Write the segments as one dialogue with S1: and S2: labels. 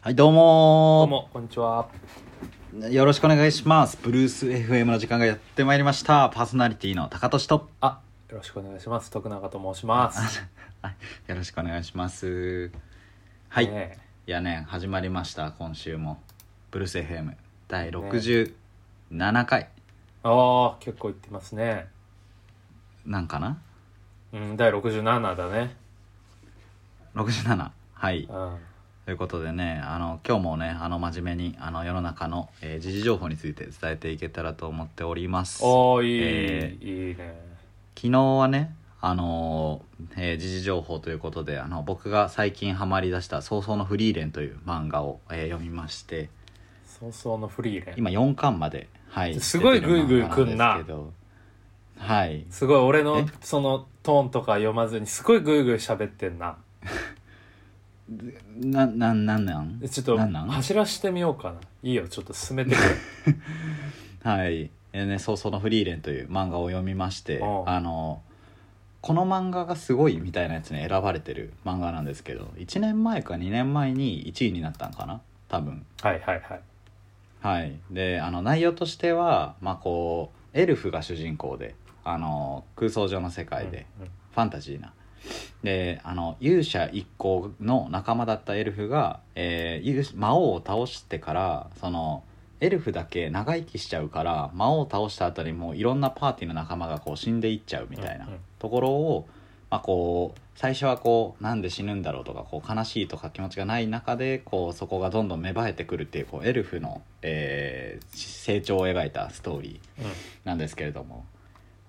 S1: はい、どう
S2: どう
S1: も
S2: もこんにちは
S1: ーよろしくお願いします。ブルース FM の時間がやってまいりました。パーソナリティの高俊と。
S2: あよろしくお願いします徳永と申します
S1: はいよろしくお願いします。はい。
S2: ね
S1: いやね、始まりました、今週も。ブルース FM 第67回
S2: えああ結構いってますね
S1: なんかな
S2: うん第67だね
S1: ?67。はい。
S2: うん
S1: ということでね、あの、今日もね、あの、真面目に、あの、世の中の、えー時事情報について伝えていけたらと思っております。
S2: おーいい、
S1: え
S2: いいね
S1: 昨日はねあのーえー時事情報ということであの僕が最近ハマりだした「早々のフリーレン」という漫画を、えー読みまして
S2: 早々のフリーレン
S1: 今4巻まではい
S2: すごい
S1: 出てる
S2: グイグイ
S1: 漫画
S2: 来んなん
S1: ですけどはい
S2: すごい俺の
S1: え
S2: そのトーンとか読まずにすごいグイグイ喋ってんな
S1: ななんなんなん
S2: ちょっと
S1: なんなん
S2: 走らしてみようかないいよちょっと進 めてく
S1: はいえーね「早々のフリーレン」という漫画を読みまして
S2: おう
S1: あのーこの漫画がすごいみたいなやつに選ばれてる漫画なんですけど1年前か2年前に1位になったんかな多分
S2: れはいはいはい
S1: はい、であの内容としては、まあ、こうエルフが主人公であの空想上の世界で、
S2: うんうん
S1: ファンタジーなであの勇者一行の仲間だったエルフが、えー勇魔王を倒してからそのエルフだけ長生きしちゃうから魔王を倒した後にもういろんなパーティーの仲間がこう死んでいっちゃうみたいな
S2: うんうん
S1: ところを、まあ、こう最初はこうなんで死ぬんだろうとかこう悲しいとか気持ちがない中でこうそこがどんどん芽生えてくるっていうこうエルフの、えー成長を描いたストーリー。なんですけれども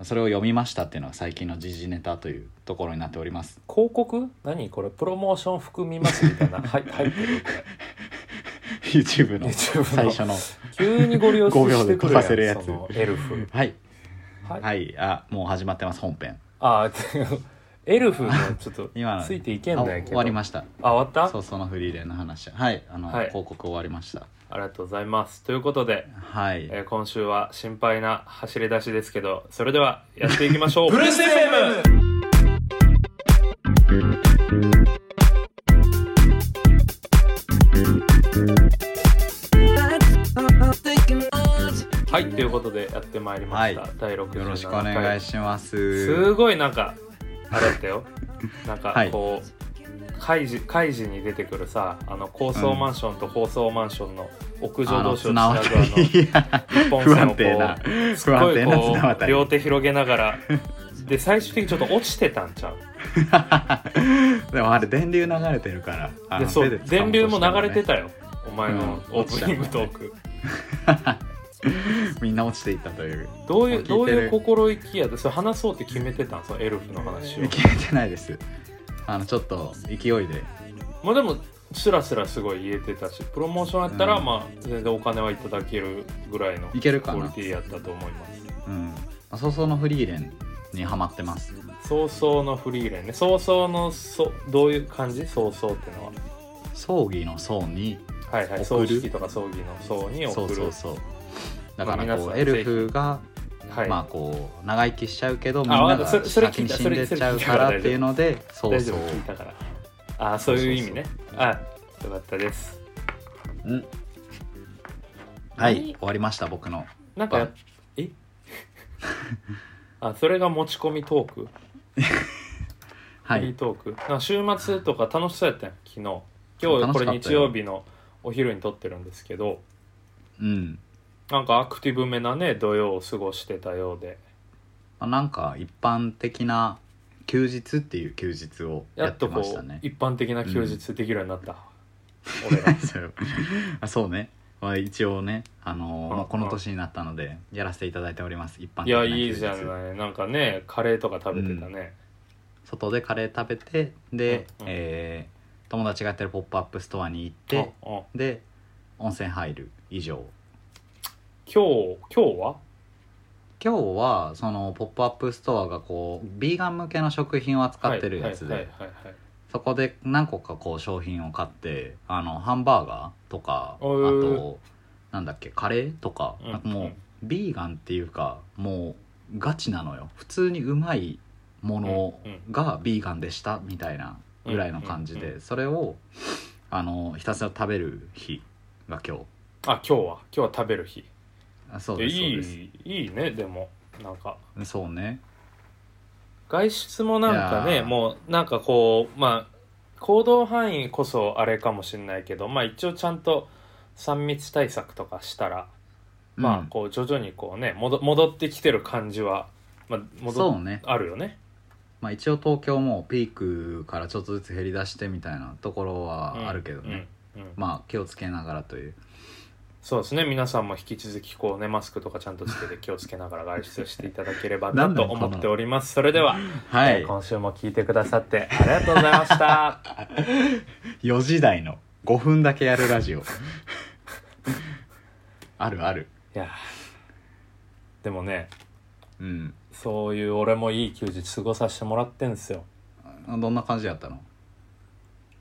S1: それを読みましたっていうのが最近の時事ネタというところになっております
S2: 広告何これプロモーション含みますみたいなはい入ってる
S1: YouTube の
S2: YouTube の
S1: 最初の
S2: 急にご利用し
S1: 5秒
S2: て
S1: で
S2: く
S1: 飛
S2: る
S1: ばせる
S2: や
S1: や
S2: ん
S1: つ
S2: そのエルフ
S1: はい
S2: はい
S1: はいあもう始まってます本編
S2: あ ーエルフのちょっと
S1: 今の
S2: ついていけん
S1: あ
S2: ないけど
S1: 終わりました
S2: あ終わった
S1: そうそのフリーレンの話はいあの、
S2: はい
S1: 広告終わりました
S2: ありがとうございますということで、
S1: はい、
S2: えー今週は心配な走り出しですけどそれではやっていきましょう ブルース FM はいということでやってまいりました、
S1: はい
S2: 第67回
S1: よろしくお願いします
S2: すごいなんかあれだっ たよなんか
S1: はい
S2: こう、カイジカイジに出てくるさあの高層マンションと高層マンションの屋上
S1: あ
S2: 同
S1: の
S2: 士をつ
S1: 綱
S2: なぐあ
S1: 渡
S2: の
S1: り いや
S2: 一本
S1: 不
S2: 線を
S1: 安
S2: こ
S1: 定な
S2: うす
S1: 不
S2: ご
S1: 安
S2: い
S1: 定な
S2: こ
S1: 綱渡り
S2: う両手広げながらで最終的にちょっと落ちてたんちゃう
S1: でもあれ電流流れてるからあの
S2: でそ
S1: 手
S2: う
S1: で掴
S2: 電
S1: もうとして
S2: 流も
S1: ね
S2: 流れてたよお前の
S1: うん
S2: オープニングトーク、
S1: みんな落ちていったという
S2: どう
S1: も
S2: いう
S1: う聞いてる
S2: どういう心意気やでそれ話そうって決めてたんそのエルフの話を
S1: 消えてないですあのちょっと勢いで
S2: まあでもスラスラすごい言えてたしプロモーションやったら、
S1: うん
S2: まあ全然お金はいただけるぐらいの
S1: いけるかな
S2: クオリティやったと思います
S1: うん早々のフリーレンにハマってます
S2: 早々のフリーレンね早々のそどういう感じ早々ってのは
S1: 葬儀の葬に
S2: はいはい
S1: 送
S2: 葬
S1: る
S2: 式とか葬儀の葬に
S1: そ
S2: 送
S1: う
S2: る
S1: そうそうだからこ
S2: まあ皆
S1: う
S2: さん
S1: エルフが
S2: はい、
S1: まあこう長生きしちゃうけどみん
S2: あ
S1: な
S2: わか
S1: が
S2: ったそれそれ
S1: 先
S2: 聞い
S1: に
S2: た
S1: 死んでっちゃう
S2: そ
S1: か
S2: れ聞いた
S1: らっていうのでそう
S2: 大
S1: そ
S2: 丈
S1: う
S2: 夫聞いたからああそういう意味ねあよかったです
S1: うんはい終わりました僕の
S2: なんかや
S1: あ
S2: え あそれが持ち込みトーク、
S1: は
S2: フリー
S1: い
S2: トークなんか週末とか楽しそうやったん昨日今日こ
S1: 楽し
S2: れ
S1: かった
S2: 日
S1: よ
S2: 曜日のお昼に撮ってるんですけど
S1: うん
S2: なんかアクティブめなね土曜を過ごしてたようで
S1: まあなんか一般的な休日っていう休日を
S2: や
S1: やっ
S2: っと
S1: て
S2: こ
S1: まし
S2: う、
S1: たね
S2: 一般的な休日できるようになった、俺が
S1: そうあそうね、まあ、一応ね、あのーまあ、この年になったのでやらせていただいております一般
S2: い
S1: 的な
S2: や
S1: 休日
S2: いいじゃないなんかねカレーとか食べてたね、
S1: 外でカレー食べてで、
S2: うんうん
S1: えー友達がやってるポップアップストアに行って
S2: ああ
S1: で温泉入る以上
S2: 今日今日は
S1: 今日はそのポップアップストアがこうビーガン向けの食品を扱ってるやつで、
S2: はいはいはいはい
S1: そこで何個かこう商品を買ってあのハンバーガーとかあ
S2: へー
S1: となんだっけカレーとか,、
S2: うん
S1: なんかもう、
S2: うん
S1: ビーガンっていうかもうガチなのよ普通にうまいものがビーガンでしたみたいなぐらいの感じで、
S2: うんうんうん
S1: それをあのひたすら食べる日が今日
S2: あ今日は今日は食べる日
S1: あそう
S2: いや
S1: ですそう
S2: い
S1: です
S2: いいいねでもなんか
S1: そうね
S2: 外出もなんか
S1: い
S2: ね
S1: やー
S2: もうなんかこうまあ行動範囲こそあれかもしれないけどまあ一応ちゃんと3密対策とかしたら、まあこう徐々にこうね戻戻ってきてる感じは、まあ、
S1: うん、
S2: 戻
S1: そ
S2: っ
S1: うね、
S2: あるよね
S1: まあ、一応東京もピークからちょっとずつ減り出してみたいなところはあるけどね、
S2: うんうんうん
S1: まあ気をつけながらという
S2: そうですね皆さんも引き続きこうねマスクとかちゃんとつけて気をつけながら外出していただければ
S1: な
S2: なんと
S1: だこの
S2: 思っておりますそれでは、
S1: は
S2: えー
S1: い
S2: 今週も聞いてくださってありがとうございました
S1: 4時台の5分だけやるラジオ あるある
S2: いやーでもね
S1: うん
S2: そういう俺もいい休日過ごさせてもらってんですよ
S1: あどんな感じやったの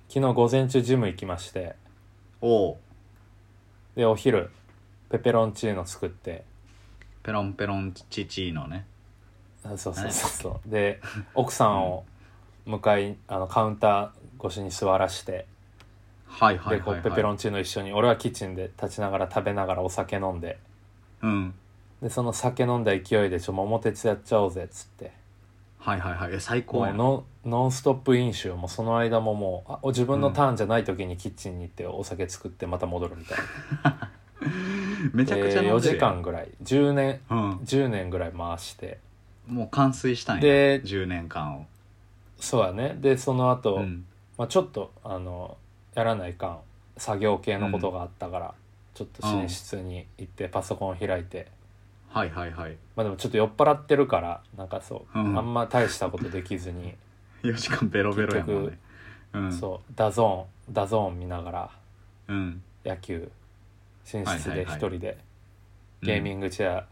S2: 昨日午前中ジム行きまして
S1: おお
S2: でお昼ペペロンチーノ作って
S1: ペロンペロンチチーノね
S2: あそうそうそうそうで奥さんを向かいあのカウンター越しに座らして
S1: はいはい
S2: で
S1: は
S2: こ
S1: い、は
S2: う
S1: い、
S2: ペペロンチーノ一緒に俺はキッチンで立ちながら食べながらお酒飲んで
S1: うん
S2: でその酒飲んだ勢いで「ちょ桃鉄やっちゃおうぜ」っつって
S1: はいはいはいえ最
S2: こ
S1: 高
S2: う
S1: やな
S2: ノンノンストップ飲酒をもうその間ももうあお自分のターンじゃない時にキッチンに行ってお酒作ってまた戻るみたいな、
S1: めちゃくちゃ
S2: で
S1: 飲
S2: 4
S1: んで
S2: 時
S1: るやん
S2: 間ぐらい10年
S1: うん
S2: 10年ぐらい回して
S1: もう完遂したんや
S2: で
S1: 10年間を
S2: そうやねでその後、
S1: うん
S2: まあちょっとあのやらないかん作業系のことがあったから、ちょっと寝室に行ってパソコンを開いて、
S1: はいはいはい
S2: まあでもちょっと酔っ払ってるからなんかそう、
S1: うん
S2: あんま大したことできずに、
S1: 4時間ベロベロやもんねうん
S2: そうダゾーンダゾーン見ながら
S1: うん
S2: 野球寝室
S1: はいは
S2: で
S1: いは
S2: 一
S1: い
S2: 人でゲーミ
S1: グ
S2: ングチェア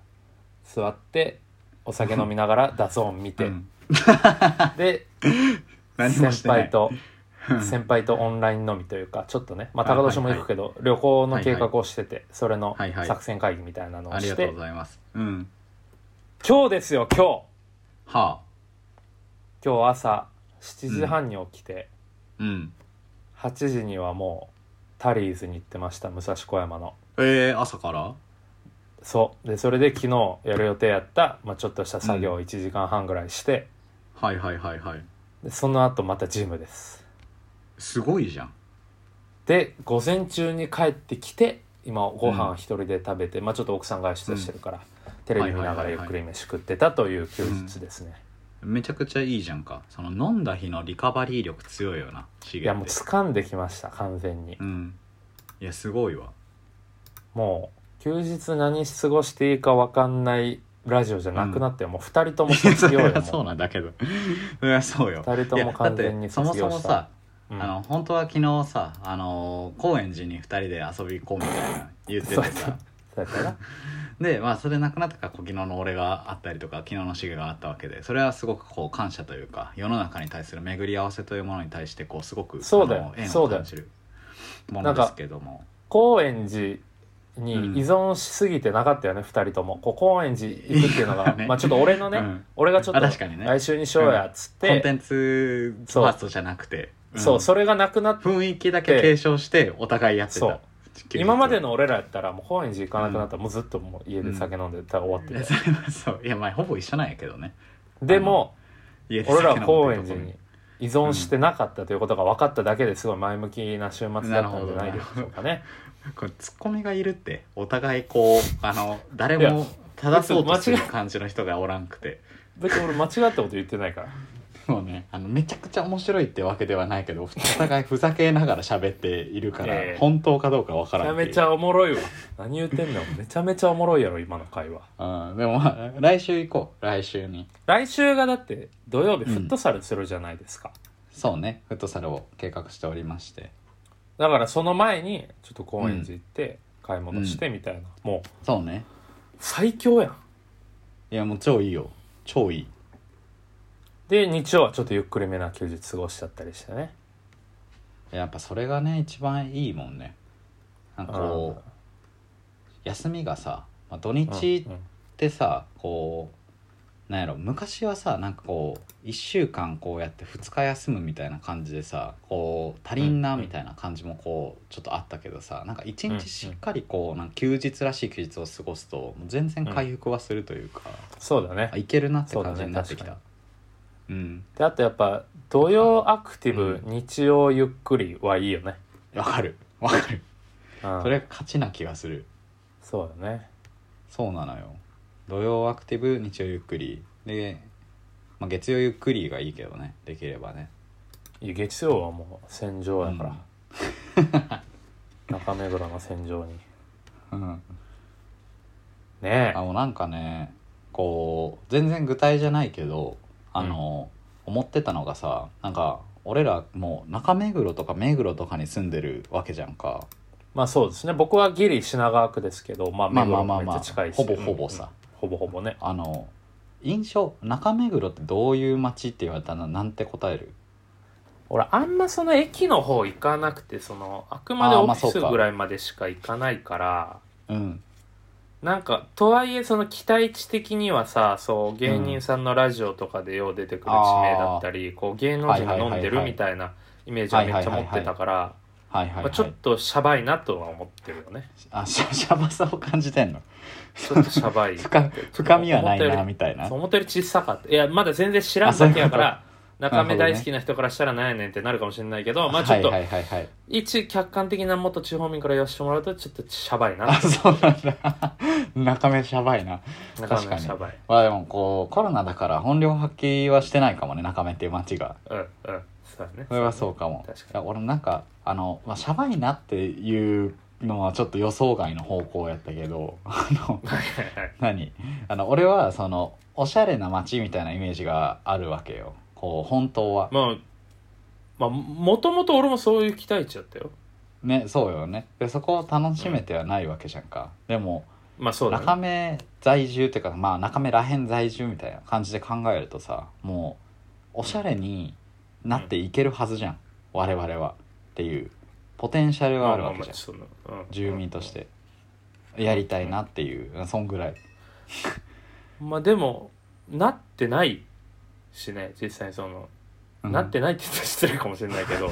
S2: 座って、お酒飲みながらダゾーン見て、で
S1: 何もし
S2: 先
S1: てない
S2: 輩と
S1: うん
S2: 先輩とオンライン飲みというかちょっとねまあ高年も行くけど、旅行の計画をしてて、それの
S1: はいはい
S2: 作戦会議みたいなの
S1: あ
S2: を
S1: り
S2: し
S1: が
S2: て、
S1: とうございますうん
S2: 今日ですよ今
S1: はあ
S2: 日今日朝7時半に起きて、
S1: うん
S2: 8時にはもうタリーズに行ってました武蔵小山の
S1: えー、朝から
S2: そうでそれで昨日やる予定やった、まあ、ちょっとした作業を1時間半ぐらいして、
S1: はいはいはいはい
S2: でその後またジムです
S1: すごいじゃん
S2: で午前中に帰ってきて今ご飯一人で食べて、まあちょっと奥さん外出してるから、テレビ見ながらゆっくり飯食ってたという休日ですね、い
S1: めちゃくちゃいいじゃんかその飲んだ日のリカバリー力強いよなシゲ
S2: や
S1: っ
S2: もう
S1: て
S2: 掴んできました完全に、
S1: うんいやすごいわ
S2: もう休日何過ごしていいか分かんないラジオじゃなくなって、もう2人とも卒業 よ
S1: いやそれはそう
S2: も
S1: なんだけどそれはそうよ
S2: う2人とも完全
S1: いやだっ
S2: に
S1: てそも
S2: 卒
S1: そ
S2: 業
S1: も
S2: した
S1: さ、
S2: うん
S1: あの本当は昨日さあのー高円寺に2人で遊び行こうみたいな言ってて
S2: そうや
S1: さ
S2: っそうやったな
S1: でまあそれなくなったからこう昨日の俺があったりとか昨日のシゲがあったわけでそれはすごくこう感謝というか世の中に対する巡り合わせというものに対してこうすごく
S2: そうだよ
S1: あの縁
S2: そ
S1: を
S2: うだよ
S1: 感じるものですけども
S2: 高円寺に依存しすぎてなかったよね、二2人ともこう高円寺行くっていうのが、
S1: ね
S2: まあちょっと俺のね、
S1: うん
S2: 俺がちょっ
S1: あ
S2: と
S1: 確かにね
S2: 来週にしようやっつっ
S1: コン
S2: て、
S1: テンツフ
S2: そう
S1: ァーストじゃなくてん
S2: そうそれがなくなって
S1: 雰囲気だけ継承してお互いやって
S2: そ
S1: た
S2: う今までの俺らやったらもう高円寺行かなくなったら、もうずっともう家で酒飲んでたら終わって
S1: いや
S2: て、
S1: それは そういやまあほぼ一緒なんやけどね
S2: でも
S1: 家で
S2: 俺らは
S1: 酒飲
S2: 高
S1: むって
S2: 円
S1: とこ
S2: 寺に依存してなかったということが分かっただけですごい前向きな週末だったんじゃないでしょうかね。
S1: これツッコミがいるってお互いこうあの誰
S2: いや
S1: も正そうとす
S2: い
S1: る
S2: つ間違
S1: 感じの人がおらんくて
S2: 別に俺間違ったこと言ってないから。
S1: そうねあのめちゃくちゃ面白いってわけではないけどお互いふざけながら喋っているから、
S2: ええ
S1: 本当かどうかわか
S2: めち
S1: ら
S2: ゃ
S1: んってい
S2: め
S1: う
S2: ちゃおもろいわ。何言ってんのめちゃめちゃおもろいやろ今の会話。
S1: うん、でもまあ来週行こう来週に
S2: 来週がだって土曜日フットサルするじゃないですか、
S1: そうねフットサルを計画しておりまして
S2: だからその前にちょっと高円寺行って買い物してみたいな、もう
S1: そうね
S2: 最強やん
S1: いやもう超いいよ超いい
S2: で日曜はちょっとゆっくりめな休日過ごしちゃったりしてね
S1: やっぱそれがね一番いいもんねなんかこう休みがさ、まあ、土
S2: うん
S1: 日
S2: うん
S1: ってさこうなんやろ昔はさなんかこう1週間こうやって2日休むみたいな感じでさこう足りんなみたいな感じもこうちょっとあったけどさなんか一日しっかりこうなんか休日らしい休日を過ごすともう全然回復はするというか、
S2: そうだね
S1: あいけるなって感じになってき
S2: そ
S1: た
S2: うだね
S1: うん
S2: であとやっぱ土曜アクティブ、日曜ゆっくりはいいよね、
S1: わかる わかる
S2: うん、
S1: それが勝ちな気がする
S2: そうだね
S1: そうなのよ土曜アクティブ日曜ゆっくりで、まあ、月曜ゆっくりがいいけどねできればね
S2: いや月曜はもう戦場だから、中目黒の戦場に
S1: うん
S2: ねえ
S1: あのなんかねこう全然具体じゃないけどあの、思ってたのがさなんか俺らもう中目黒とか目黒とかに住んでるわけじゃんか
S2: まあそうですね僕はギリ品川区ですけどまあ
S1: ま
S2: 目
S1: あま
S2: 黒
S1: あまあ
S2: もめ
S1: ま
S2: っ
S1: あ
S2: ちゃ近いし、
S1: ほぼほぼさ
S2: うんうんほぼほぼね
S1: あの印象中目黒ってどういう街って言われたらなんて答える
S2: 俺あんまその駅の方行かなくてそのあくまで
S1: あー
S2: オフ
S1: まあ
S2: ィ
S1: そ
S2: ス
S1: うか
S2: ぐらいまでしか行かないから
S1: うん
S2: なんかとはいえその期待値的にはさそう芸人さんのラジオとかでよう出てくる地名だったり、こう芸能人が飲んでるみたいなイメージはめっちゃ持ってたから、
S1: はいはい、
S2: ま
S1: は
S2: あ、
S1: い、
S2: ちょっとシャバいなとは思ってるよね
S1: あし ゃしゃばさを感じてんの
S2: ちょっとシャバい
S1: 深深みはない
S2: 思ったよ
S1: な
S2: り
S1: みたいな
S2: そう思ったより小さかったいやまだ全然知らんだけやから中目大好きな人からしたらなんやねんってなるかもしれないけど、まあちょっと、
S1: はいはいはいはい
S2: 一客観的な元地方民から言わせてもらうとちょっとシャバいな
S1: あそうなんだ 中目しゃばいな
S2: 中目シャバい
S1: まあでもこうコロナだから本領発揮はしてないかもね中目っていう街が
S2: うんうんそうだね
S1: それはそうかも
S2: 確かに
S1: いや俺もなんかあの、まあ、シャバいなっていうのはちょっと予想外の方向やったけど あの
S2: はいはいはい
S1: 何あの俺はそのおしゃれな街みたいなイメージがあるわけよこう本当は
S2: まあまあもともと俺もそういう期待値だったよ
S1: ねそうよねでそこを楽しめてはないわけじゃんか、でも
S2: まあそうだね
S1: 中目在住っていうかまあ中目らへん在住みたいな感じで考えるとさもうおしゃれになっていけるはずじゃん、我々はっていうポテンシャルはあるわけじゃん、
S2: そのうん
S1: 住民としてやりたいなっていうそんぐらい
S2: まあでもなってないしね実際その、
S1: うん
S2: なってないって言ったら失礼かもしれないけ ど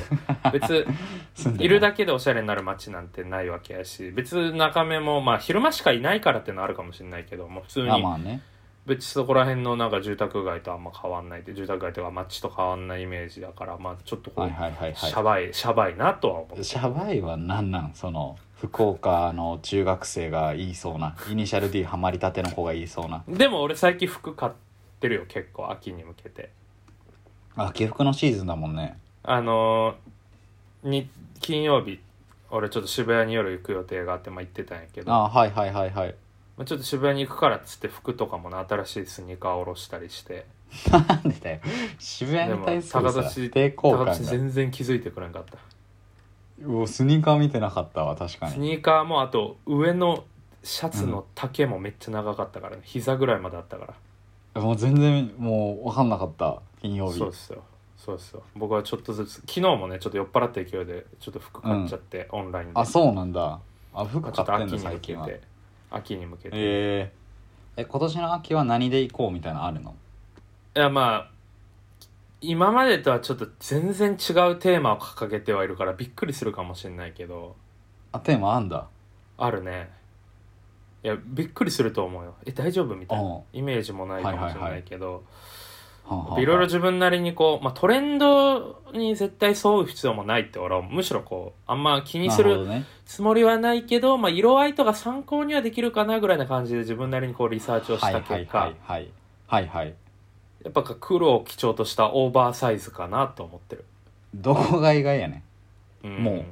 S2: 別
S1: 住んで
S2: いるだけでおしゃれになる街なんてないわけやし別中目もまあ昼間しかいないからってのはあるかもしれないけどもう普通
S1: あ
S2: に
S1: まあね
S2: 別にそこら辺のなんか住宅街とあんま変わんないって住宅街とか街と変わんないイメージだからまあちょっとこう、
S1: はいはいはい
S2: シャ
S1: は
S2: バいシャバいなとは思う
S1: いシャバいは何なんその福岡の中学生が言いそうなイニシャル D ハマりたての子が言いそうな
S2: でも俺最近服買ってるよ結構秋に向けて
S1: あ起伏のシーズンだもんね
S2: あのーに金曜日俺ちょっと渋谷に夜行く予定があって、まあ、行ってたんやけど
S1: あはいはいはいはい
S2: まあ、ちょっと渋谷に行くからっつって服とかもね新しいスニーカーを下ろしたりして
S1: なんでだよ渋谷に対するさ
S2: でも高田氏
S1: 抵抗
S2: 高
S1: 感が
S2: 橋全然気づいてくれんかった
S1: うおスニーカー見てなかったわ確か
S2: ス
S1: に
S2: ニーカーもあと上のシャツの丈もめっちゃ長かったからね膝ぐらいまであったから
S1: もう全然もう分かんなかった金曜日
S2: そうですよそうですよ僕はちょっとずつ昨日もねちょっと酔っ払った勢いでちょっと服買っちゃって、オンラインで
S1: あそうなんだあ
S2: ま
S1: 服
S2: あちょ
S1: 買
S2: っと
S1: ってん
S2: 秋
S1: だ最
S2: に向け
S1: 近は
S2: て秋に向けて、
S1: えー、え今年の秋は何で行こうみたいなのあるの
S2: いやまあ今までとはちょっと全然違うテーマを掲げてはいるからびっくりするかもしれないけど
S1: あテーマあんだ
S2: あるねいやびっくりすると思うよえ大丈夫みたい
S1: うん
S2: なイメージもないかもしれないけ
S1: は
S2: ど、
S1: んはんはん
S2: いろいろ自分なりにこう、まあ、トレンドに絶対沿う必要もないって俺はむしろこうあんま気にす
S1: なほ
S2: る
S1: どね
S2: つもりはないけどまあ、色合いとか参考にはできるかなぐらいな感じで自分なりにこうリサーチをし
S1: はい
S2: た
S1: は
S2: 結
S1: い
S2: 果、
S1: はいはいはいはい
S2: やっぱ黒を基調としたオーバーサイズかなと思ってる、
S1: どこが意外やね
S2: うん
S1: も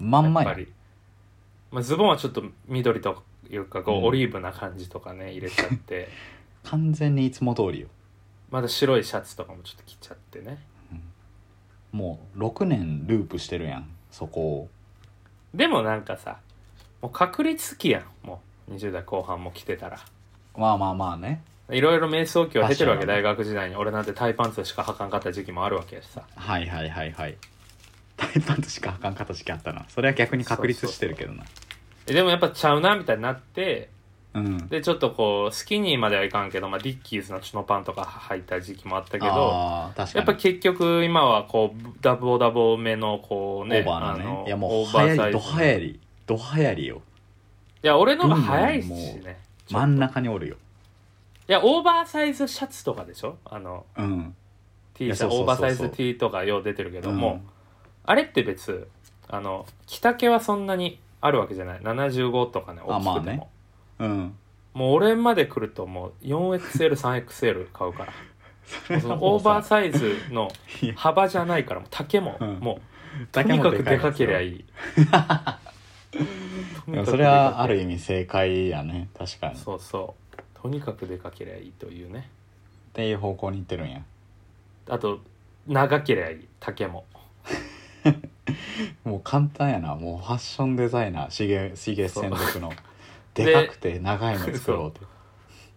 S1: うまんま
S2: や
S1: や
S2: っぱり、まあ、ズボンはちょっと緑というかこう、
S1: うん
S2: オリーブな感じとかね入れちゃって
S1: 完全にいつも通りよ
S2: まだ白いシャツとかもちょっと着ちゃってね
S1: もう6年ループしてるやんそこを
S2: でもなんかさもう確率期やんもう20代後半も着てたら
S1: まあまあまあね
S2: いろいろ瞑想期を経てるわ
S1: 確か
S2: け大
S1: に
S2: 学時代に俺なんてタイパンツしか履かんかった時期もあるわけやしさ
S1: はいはいはいはい 大パンとしかあかん形式あったなそれは逆に確立してるけどな
S2: えでもやっぱちゃうなみたいになって
S1: うん
S2: でちょっとこうスキニーまではいかんけど、まあ、ディッキーズのチノパンとか履いた時期もあったけど
S1: あー確か
S2: やっ
S1: に
S2: ぱ結局今はこうダボダボめのこう
S1: オ
S2: ね
S1: ーバーなねいやもう
S2: オ
S1: 流
S2: ーバー
S1: 行
S2: サ
S1: り
S2: イ
S1: ど流行
S2: ズ
S1: りど流行りよ
S2: いや俺のが早いし
S1: どんどん
S2: ねちょ
S1: 真ん中におるよ
S2: いやオーバーサイズシャツとかでしょあの
S1: うん、い
S2: T シ
S1: や
S2: ャツ
S1: そうそうそう
S2: オーバーサイズ T とかよう出てるけど
S1: うん
S2: も、あれって別あの着丈はそんなにあるわけじゃない75とかね
S1: あ
S2: 大きくて
S1: まあ
S2: も、
S1: ねうん
S2: もう俺まで来るともう 4XL3XL 買 うから
S1: そ
S2: も
S1: れ
S2: うそ
S1: は
S2: の
S1: も
S2: オ
S1: う
S2: ー
S1: さ
S2: バーサイズの
S1: いや
S2: 幅じゃないからもう丈も、
S1: うん
S2: もうと
S1: だけ
S2: に
S1: も
S2: かくで
S1: いや
S2: か
S1: つ
S2: けりゃいいと
S1: でも
S2: にかく
S1: それはある意味正解やね確かにっ
S2: そうそうとにかくでかけりゃいいというね
S1: ていう方向にいってるんや
S2: あと長けりゃいい丈も
S1: もう簡単やなもうファッションデザイナーしげしげ専属の
S2: う
S1: でかくて長いの作ろう と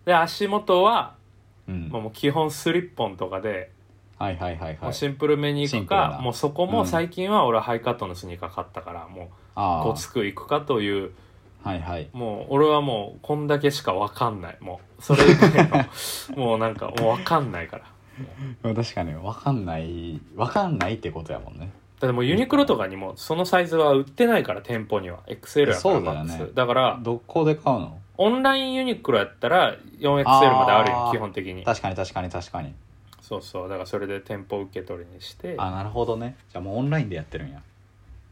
S2: で足元は、
S1: うん
S2: まあ、もう基本スリッポンとかで、
S1: はいはいはい
S2: も
S1: は
S2: う
S1: い
S2: シンプルめに
S1: シ
S2: 行
S1: ン
S2: く
S1: プルな
S2: かもうそこ
S1: う
S2: も
S1: ん
S2: 最近は俺はハイカットのスニーカー買ったから、もう
S1: あ
S2: ごつく行くかという
S1: あはいはい
S2: もう俺はもうこんだけしか分かんないもうそれ以外の もうなんかもう分かんないから
S1: でも確かに分かんない分かんないってことやもんね
S2: だってもうユニクロとかにもそのサイズは売ってないから店舗には XL やか
S1: そ
S2: ら
S1: うだよ
S2: マ
S1: ね
S2: ックスだから
S1: どこで買うの
S2: オンラインユニクロやったら 4XL まである
S1: あ
S2: よ
S1: ー
S2: 基本的に
S1: 確かに確かに確かに
S2: そうそうだからそれで店舗受け取りにして
S1: あなるほどねじゃあもうオンラインでやってるんや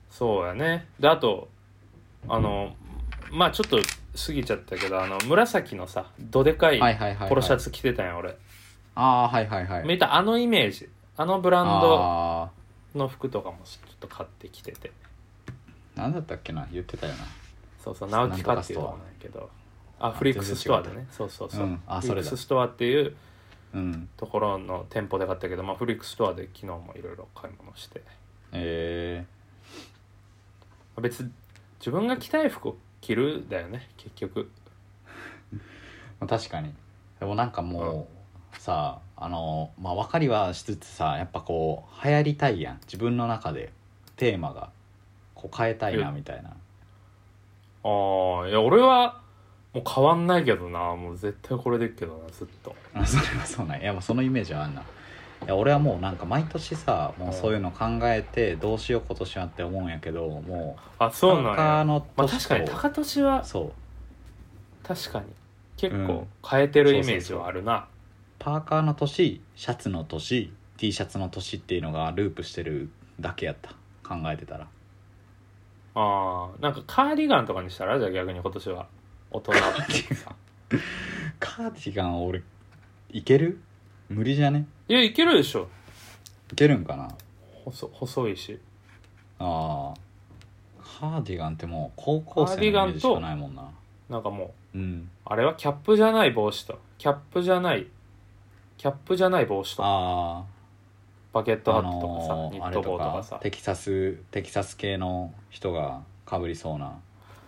S2: そうやねであとあのまあちょっと過ぎちゃったけどあの紫のさどでかい
S1: はいはいはいはい
S2: ポロシャツ着てたんや俺
S1: ああはいはいはい
S2: 見たあのイメージあのブランド
S1: あ
S2: の服とかもちょっと買ってきてて
S1: ーなんだったっけな言ってたよな
S2: そうそう直木かっていうのはないけどあフリックスストアでねそうそうそう、
S1: うんあ
S2: フリ
S1: そ
S2: ッ
S1: れ
S2: ク
S1: だ
S2: スストアっていう
S1: うん
S2: ところの店舗で買ったけど、まあ、フリックスストアで昨日もいろいろ買い物して
S1: え
S2: 別に自分が着たい服を着るだよね結局
S1: ーまあ、確かにでもなんかもう、さあのまあ分かりはしつつさやっぱこう流行りたいやん自分の中でテーマがこう変えたいな
S2: うん
S1: みたいな
S2: ああいや俺はもう変わんないけどなもう絶対これでいくけどなずっと
S1: あそれはそうなんやいやもうそのイメージはあんないや俺はもうなんか毎年さもうそういうの考えてどうしよう今年はって思うんやけども
S2: あ
S1: う
S2: そうなん
S1: 田中
S2: や、
S1: の
S2: まあ、
S1: 年
S2: 確
S1: と
S2: かに高年は
S1: そう
S2: 確かに結
S1: うん
S2: 構変えてるイメージはあるな、
S1: パーカーの年シャツの年 T シャツの年っていうのがループしてるだけやった考えてたら
S2: ああなんかカーディガンとかにしたらじゃあ逆に今年は 大人
S1: カーディガン俺いける無理じゃね
S2: いやいけるでしょ
S1: いけるんかな
S2: 細細いし
S1: あーカーディガンってもう高校生のイメージしかないもんな
S2: なんかも
S1: うん
S2: うあれはキャップじゃない帽子とキャップじゃないキャップじゃない帽子と
S1: あ
S2: バケッ
S1: あ
S2: トハ
S1: あ
S2: ットとかさ、
S1: のー
S2: ニ
S1: あ
S2: ッ
S1: れ
S2: ト
S1: と
S2: 帽とか
S1: か
S2: さ
S1: テキサステキサス系の人がかぶりそうな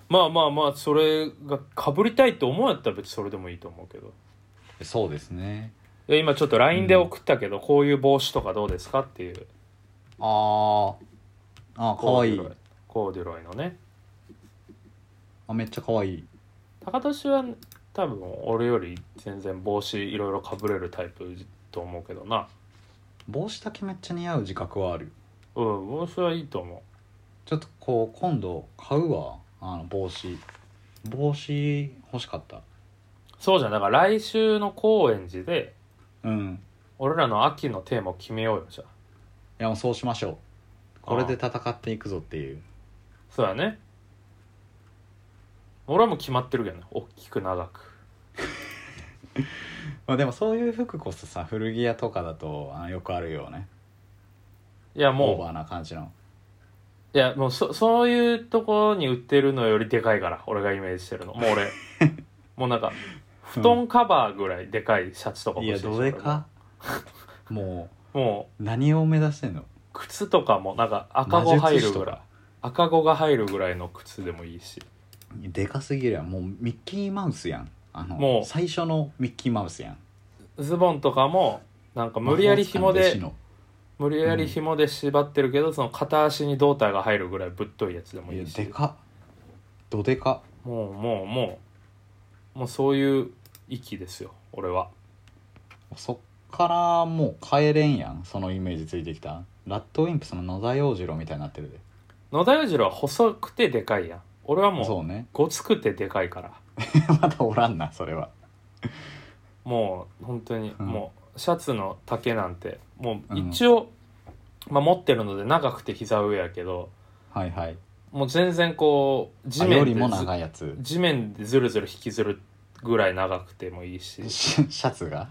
S2: まあまあまあそれがかぶりたいと思うやったら別にそれでもいいと思うけど
S1: そうですね
S2: いや今ちょっと LINE で送ったけど、こういう帽子とかどうですかっていう
S1: あーあーかわいい
S2: コーデュロイコーデュロイのね
S1: あめっちゃかわいい
S2: 高年は多分俺より全然帽子いろいろかぶれるタイプと思うけどな
S1: 帽子だけめっちゃ似合う自覚はある
S2: うん帽子はいいと思
S1: ちょっとこう今度買うわあの帽子帽子欲しかった
S2: うそうじゃんだから来週の高円寺で
S1: うん
S2: 俺らの秋のテーマを決めようよじゃあ
S1: いやもうそうしましょうこれで戦っていくぞっていう
S2: そうだね俺はもう決まってるけどね大きく長く
S1: まあでもそういう服こそさ古着屋とかだとあのよくあるよね
S2: いや
S1: オーバ
S2: も
S1: ーな感じの
S2: ういやもうそそういうところに売ってるのよりでかいから俺がイメージしてるのも う俺もうなんか布団カバーぐらいでかいシャツとか
S1: い
S2: 欲し
S1: や
S2: いし
S1: どれかも
S2: 俺ももう
S1: う何を目指してんの
S2: 靴とかもなんか赤子入るぐらい
S1: 魔
S2: 赤子が入るぐらいの靴でもいいし
S1: 術師とかでかすぎるやんもうミッキーマウスやんあの
S2: もう
S1: 最初のミッキーマウスやん
S2: ズボンとかもなんか無理やり紐
S1: 魔法使い
S2: で
S1: の弟子の
S2: 無理やり紐で縛ってるけど、その片足に胴体が入るぐらいぶっといやつでも
S1: い
S2: い
S1: や
S2: いし
S1: でかっどでかっ
S2: もうもうももうそういう域ですよ俺は
S1: そっからもう帰れんやんそのイメージついてきたラッドウィンプスの野田洋次郎みたいになってるで
S2: 野田洋次郎は細くてでかいやん俺はもう
S1: そうね
S2: ごつくてでかいから
S1: まだおらんなそれは
S2: もう本当に、
S1: うん
S2: もうシャツの丈なんても
S1: う
S2: う
S1: ん
S2: 一応、まあ、持ってるので長くて膝上やけど
S1: はいはい
S2: もう全然こう地
S1: あよ
S2: 面
S1: り
S2: で
S1: も
S2: ず
S1: 長いやつ
S2: 地面でずるずる引きずるぐらい長くてもいいし
S1: シシャツが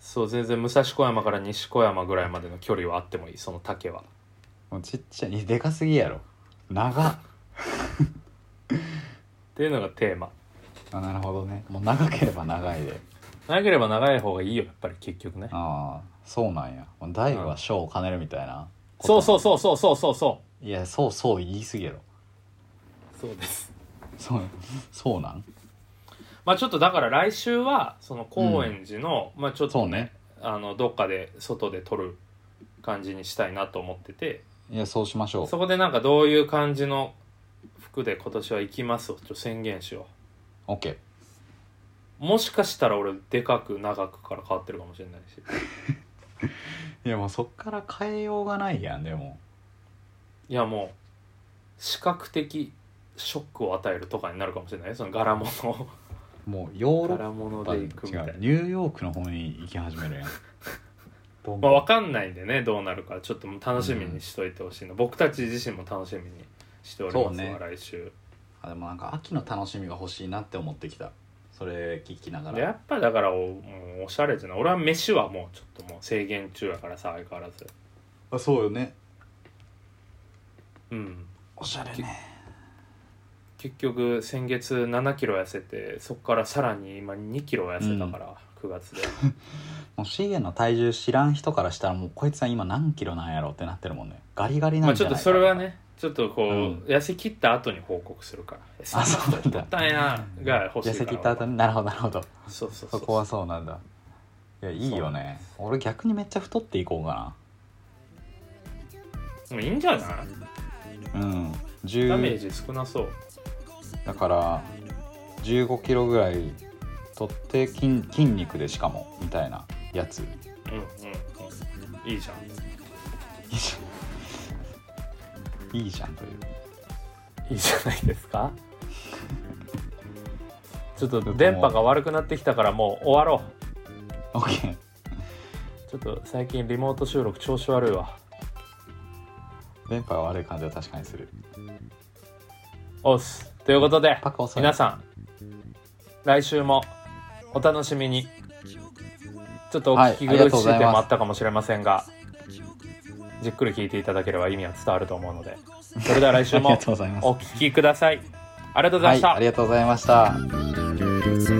S2: そう全然武蔵小山から西小山ぐらいまでの距離はあってもいいその丈は
S1: もうちっちゃいでかすぎやろ長っ
S2: っていうのがテーマ
S1: あなるほどねもう長ければ長いで
S2: 長ければ長い方がいいよやっぱり結局ね
S1: ああそうなんやもう大は小を兼ねるみたいな
S2: そうそううそうそうそうそうそ
S1: いやそうそう言い過ぎやろ
S2: うそうです
S1: そうそうなん
S2: まあちょっとだから来週はその高円寺の、まあちょっ
S1: そ
S2: と
S1: うね
S2: ねあのどっかで外で撮る感じにしたいなと思ってて
S1: いやそうしましょう
S2: そこでなんかどういう感じの服で今年は行きますをちょっと宣言しよ
S1: OK
S2: うもしかしたら俺でかく長くから変わってるかもしれないし
S1: いやもうそっから変えようがないやんでも
S2: いやもう視覚的ショックを与えるとかになるかもしれないその柄物を
S1: もうヨーロッ
S2: 柄物
S1: パ
S2: で
S1: に違う
S2: 行くみたいな
S1: ニューヨークの方に行き始めるやんどん ど
S2: まあ、
S1: ん
S2: わかんないんでねどうなるかちょっともう楽しみにしといてほしいの、僕たち自身も楽しみにしており
S1: そ
S2: ま
S1: う
S2: す
S1: ね
S2: わ、来週
S1: あでもなんか秋の楽しみが欲しいなって思ってきたそれ聞きなが
S2: で
S1: ら
S2: やっぱだからおもうおしゃれじゃない俺は飯はもうちょっともう制限中やからさ相変わらず
S1: あそうよね
S2: うん
S1: おしゃれね
S2: 結局先月7キロ痩せてそこからさらに今2キロ痩せたから、9月で
S1: もう資源の体重知らん人からしたらもうこいつは今何キロなんやろってなってるもんねガリガリ
S2: ま
S1: な
S2: あ
S1: んじ
S2: ちょ
S1: ゃ
S2: っ
S1: な
S2: と
S1: いか
S2: それはねちょっとこう、
S1: うん
S2: 痩せ切った後に報告するから
S1: あそうなんだ
S2: 痩せ切ったんやが欲し
S1: 痩
S2: いから
S1: せ切った後になるほどなるほど
S2: そうそうそ
S1: そうこはそうなんだいやいいよ
S2: そうなん
S1: ね
S2: です
S1: 俺逆にめっちゃ太っていこうか
S2: もういいんじゃな
S1: な
S2: い
S1: うん
S2: ダメー
S1: 10
S2: ジ少なそう
S1: だから1 5キロぐらい取って筋筋肉でしかもみたいなやつ
S2: うんうんうんいいじゃん
S1: いいじゃんいいじゃんという
S2: いいじゃないですかちょっと電波が悪くなってきたからもう終わろ
S1: OK
S2: うちょっと最近リモート収録調子悪いわ
S1: 電波が悪い感じは確かにする
S2: おっすということで
S1: パク遅い
S2: 皆さん来週もお楽しみにちょっとお聞き
S1: はいありが
S2: 苦
S1: とう
S2: し
S1: ござ
S2: い
S1: います
S2: 点もあったかもしれませんが,、じっくり聞いていただければ意味は伝わると思うのでそれでは来
S1: あ
S2: 週
S1: りが
S2: も
S1: とうございます
S2: お聞きくださいありがとうございました、
S1: はいありがとうございました
S3: Thank you.